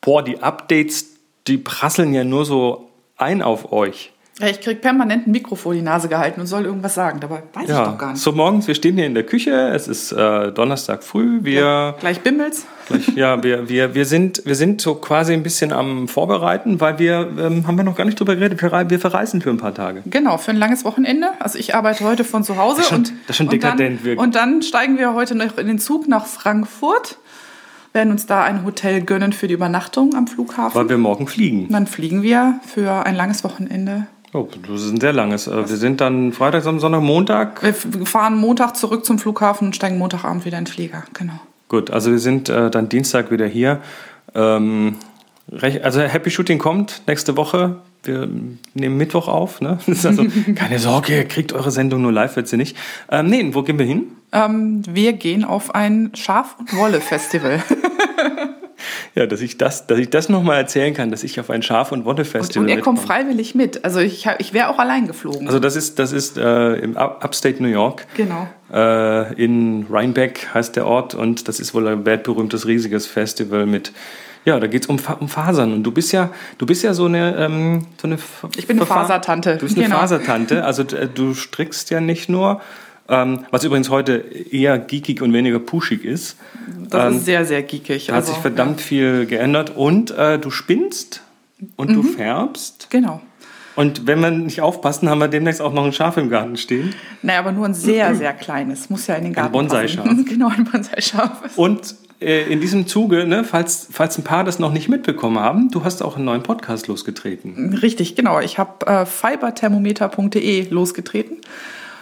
boah, die Updates, die prasseln ja nur so ein auf euch. Ja, ich krieg permanent ein Mikrofon in die Nase gehalten und soll irgendwas sagen. Dabei weiß ich doch gar nicht. so morgens, wir stehen hier in der Küche, es ist äh, Donnerstag früh, wir... Gleich bimmelt's. Gleich, ja, wir, wir, wir, sind, wir sind so quasi ein bisschen am Vorbereiten, weil wir, ähm, haben wir noch gar nicht drüber geredet, wir, rei- wir verreisen für ein paar Tage. Genau, für ein langes Wochenende. Also ich arbeite heute von zu Hause ist schon- und, das ist schon und, dann, dekadent, wirklich. und dann steigen wir heute noch in den Zug nach Frankfurt, werden uns da ein Hotel gönnen für die Übernachtung am Flughafen. Weil wir morgen und fliegen. dann fliegen wir für ein langes Wochenende. Oh, das ist ein sehr langes. äh, Wir sind dann Freitag, Samstag, Sonntag, Montag. Wir f- fahren Montag zurück zum Flughafen und steigen Montagabend wieder in den Flieger. Genau. Gut, also wir sind äh, dann Dienstag wieder hier. Ähm, rech- also Happy Shooting kommt nächste Woche. Wir nehmen Mittwoch auf. Ne? Das ist Also, keine Sorge, ihr kriegt eure Sendung nur live, wenn sie nicht. Ähm, nee, wo gehen wir hin? Ähm, wir gehen auf ein Schaf- und Wolle-Festival. Ja, dass ich das, dass ich das nochmal erzählen kann, dass ich auf ein Schaf- und und, Wolle-Festival und er kommt mitkomme. freiwillig mit. Also ich, hab- ich wäre auch allein geflogen. Also das ist, das ist äh, im Up- Upstate New York. genau. Äh, in Rhinebeck heißt der Ort und das ist wohl ein weltberühmtes riesiges Festival mit. Ja, da geht's um, Fa- um Fasern und du bist ja, du bist ja so eine, ähm, so eine. F- Ich bin eine Verfa- Fasertante. Du bist eine Genau. Fasertante. Also d- du strickst ja nicht nur, ähm, was übrigens heute eher geekig und weniger pushig ist. Ähm, Das ist sehr, sehr geekig. also Da hat sich verdammt viel geändert und äh, du spinnst und du Mhm. färbst Genau. und wenn wir nicht aufpassen, haben wir demnächst auch noch ein Schaf im Garten stehen. Naja, aber nur ein sehr, sehr kleines. Muss ja in den Garten Bonsai-Schaf. passen. genau, ein Bonsai-Schaf. Und äh, in diesem Zuge, ne, falls, falls ein paar das noch nicht mitbekommen haben, du hast auch einen neuen Podcast losgetreten. Richtig, genau. Ich habe äh, fiberthermometer.de losgetreten.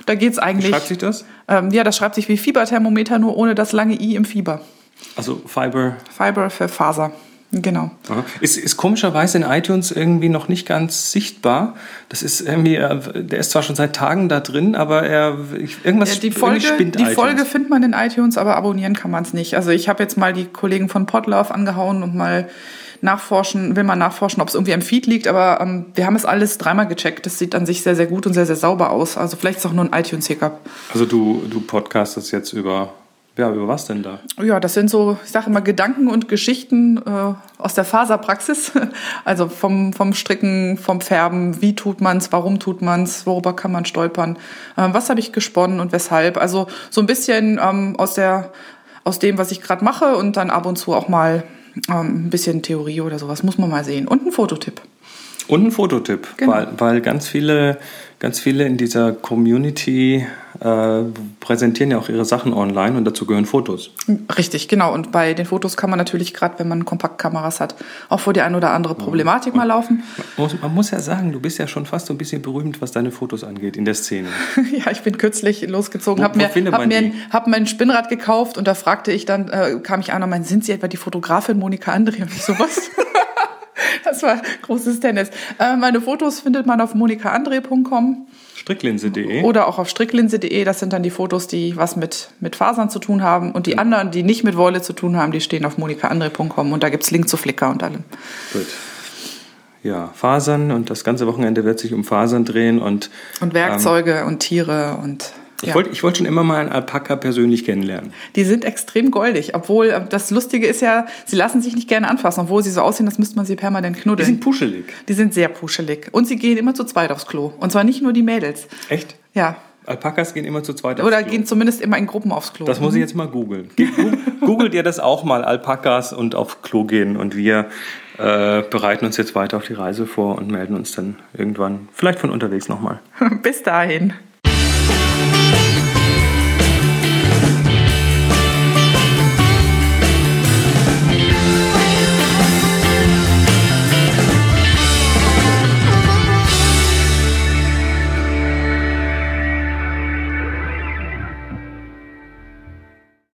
Da geht es eigentlich... Schreibt sich das? ähm, ja, das schreibt sich wie Fieberthermometer, nur ohne das lange I im Fieber. Also Fiber. Fiber für Faser. Genau. Aha. Ist, ist komischerweise in iTunes irgendwie noch nicht ganz sichtbar. Das ist irgendwie, äh, der ist zwar schon seit Tagen da drin, aber er ich, irgendwas Ja, Äh, die sp- irgendwie Folge, spinnt die iTunes. Folge findet man in iTunes, aber abonnieren kann man es nicht. Also ich habe jetzt mal die Kollegen von Podlove angehauen und mal nachforschen, will mal nachforschen, ob es irgendwie am Feed liegt, aber ähm, wir haben es alles dreimal gecheckt. Das sieht an sich sehr, sehr gut und sehr, sehr sauber aus. Also vielleicht ist es auch nur ein iTunes-Hiccup. Also du, du podcastest jetzt über, ja, über was denn da? Ja, das sind so, ich sage immer, Gedanken und Geschichten äh, aus der Faserpraxis. Also vom, vom Stricken, vom Färben, wie tut man's, warum tut man's, worüber kann man stolpern, ähm, was habe ich gesponnen und weshalb. Also so ein bisschen ähm, aus, der, aus dem, was ich gerade mache und dann ab und zu auch mal ähm, ein bisschen Theorie oder sowas, muss man mal sehen. Und ein Fototipp. Und ein Fototipp, Genau. weil, weil ganz viele, ganz viele in dieser Community äh, präsentieren ja auch ihre Sachen online und dazu gehören Fotos. Richtig, genau. Und bei den Fotos kann man natürlich gerade, wenn man Kompaktkameras hat, auch vor die ein oder andere Problematik mal laufen. Muss, man muss ja sagen, du bist ja schon fast so ein bisschen berühmt, was deine Fotos angeht in der Szene. Ja, ich bin kürzlich losgezogen, Wo- habe wo mir, findet hab man mir, die? ein, hab mir ein Spinnrad gekauft und da fragte ich dann, äh, kam ich an und meinte, sind Sie etwa die Fotografin Monika André und ich sowas? das war großes Tennis. Äh, meine Fotos findet man auf monikaandre.com Stricklinse.de. oder auch auf stricklinse.de. Das sind dann die Fotos, die was mit, mit Fasern zu tun haben und die anderen, die nicht mit Wolle zu tun haben, die stehen auf monikaandre.com und da gibt's Link zu Flickr und allem. Gut. Ja, Fasern und das ganze Wochenende wird sich um Fasern drehen und Und Werkzeuge und Tiere und ich wollte ich wollte schon immer mal einen Alpaka persönlich kennenlernen. Die sind extrem goldig, obwohl äh, das Lustige ist ja, sie lassen sich nicht gerne anfassen, obwohl sie so aussehen, das müsste man sie permanent Die knuddeln. sind puschelig. Die sind sehr puschelig und sie gehen immer zu zweit aufs Klo und zwar nicht nur die Mädels. Echt? Ja, Alpakas gehen immer zu zweit aufs oder Klo. gehen zumindest immer in Gruppen aufs Klo. Das muss ich jetzt mal googeln. Ge- gu- Googelt ihr das auch mal, Alpakas und auf Klo gehen. Und wir äh, bereiten uns jetzt weiter auf die Reise vor und melden uns dann irgendwann, vielleicht von unterwegs nochmal. Bis dahin.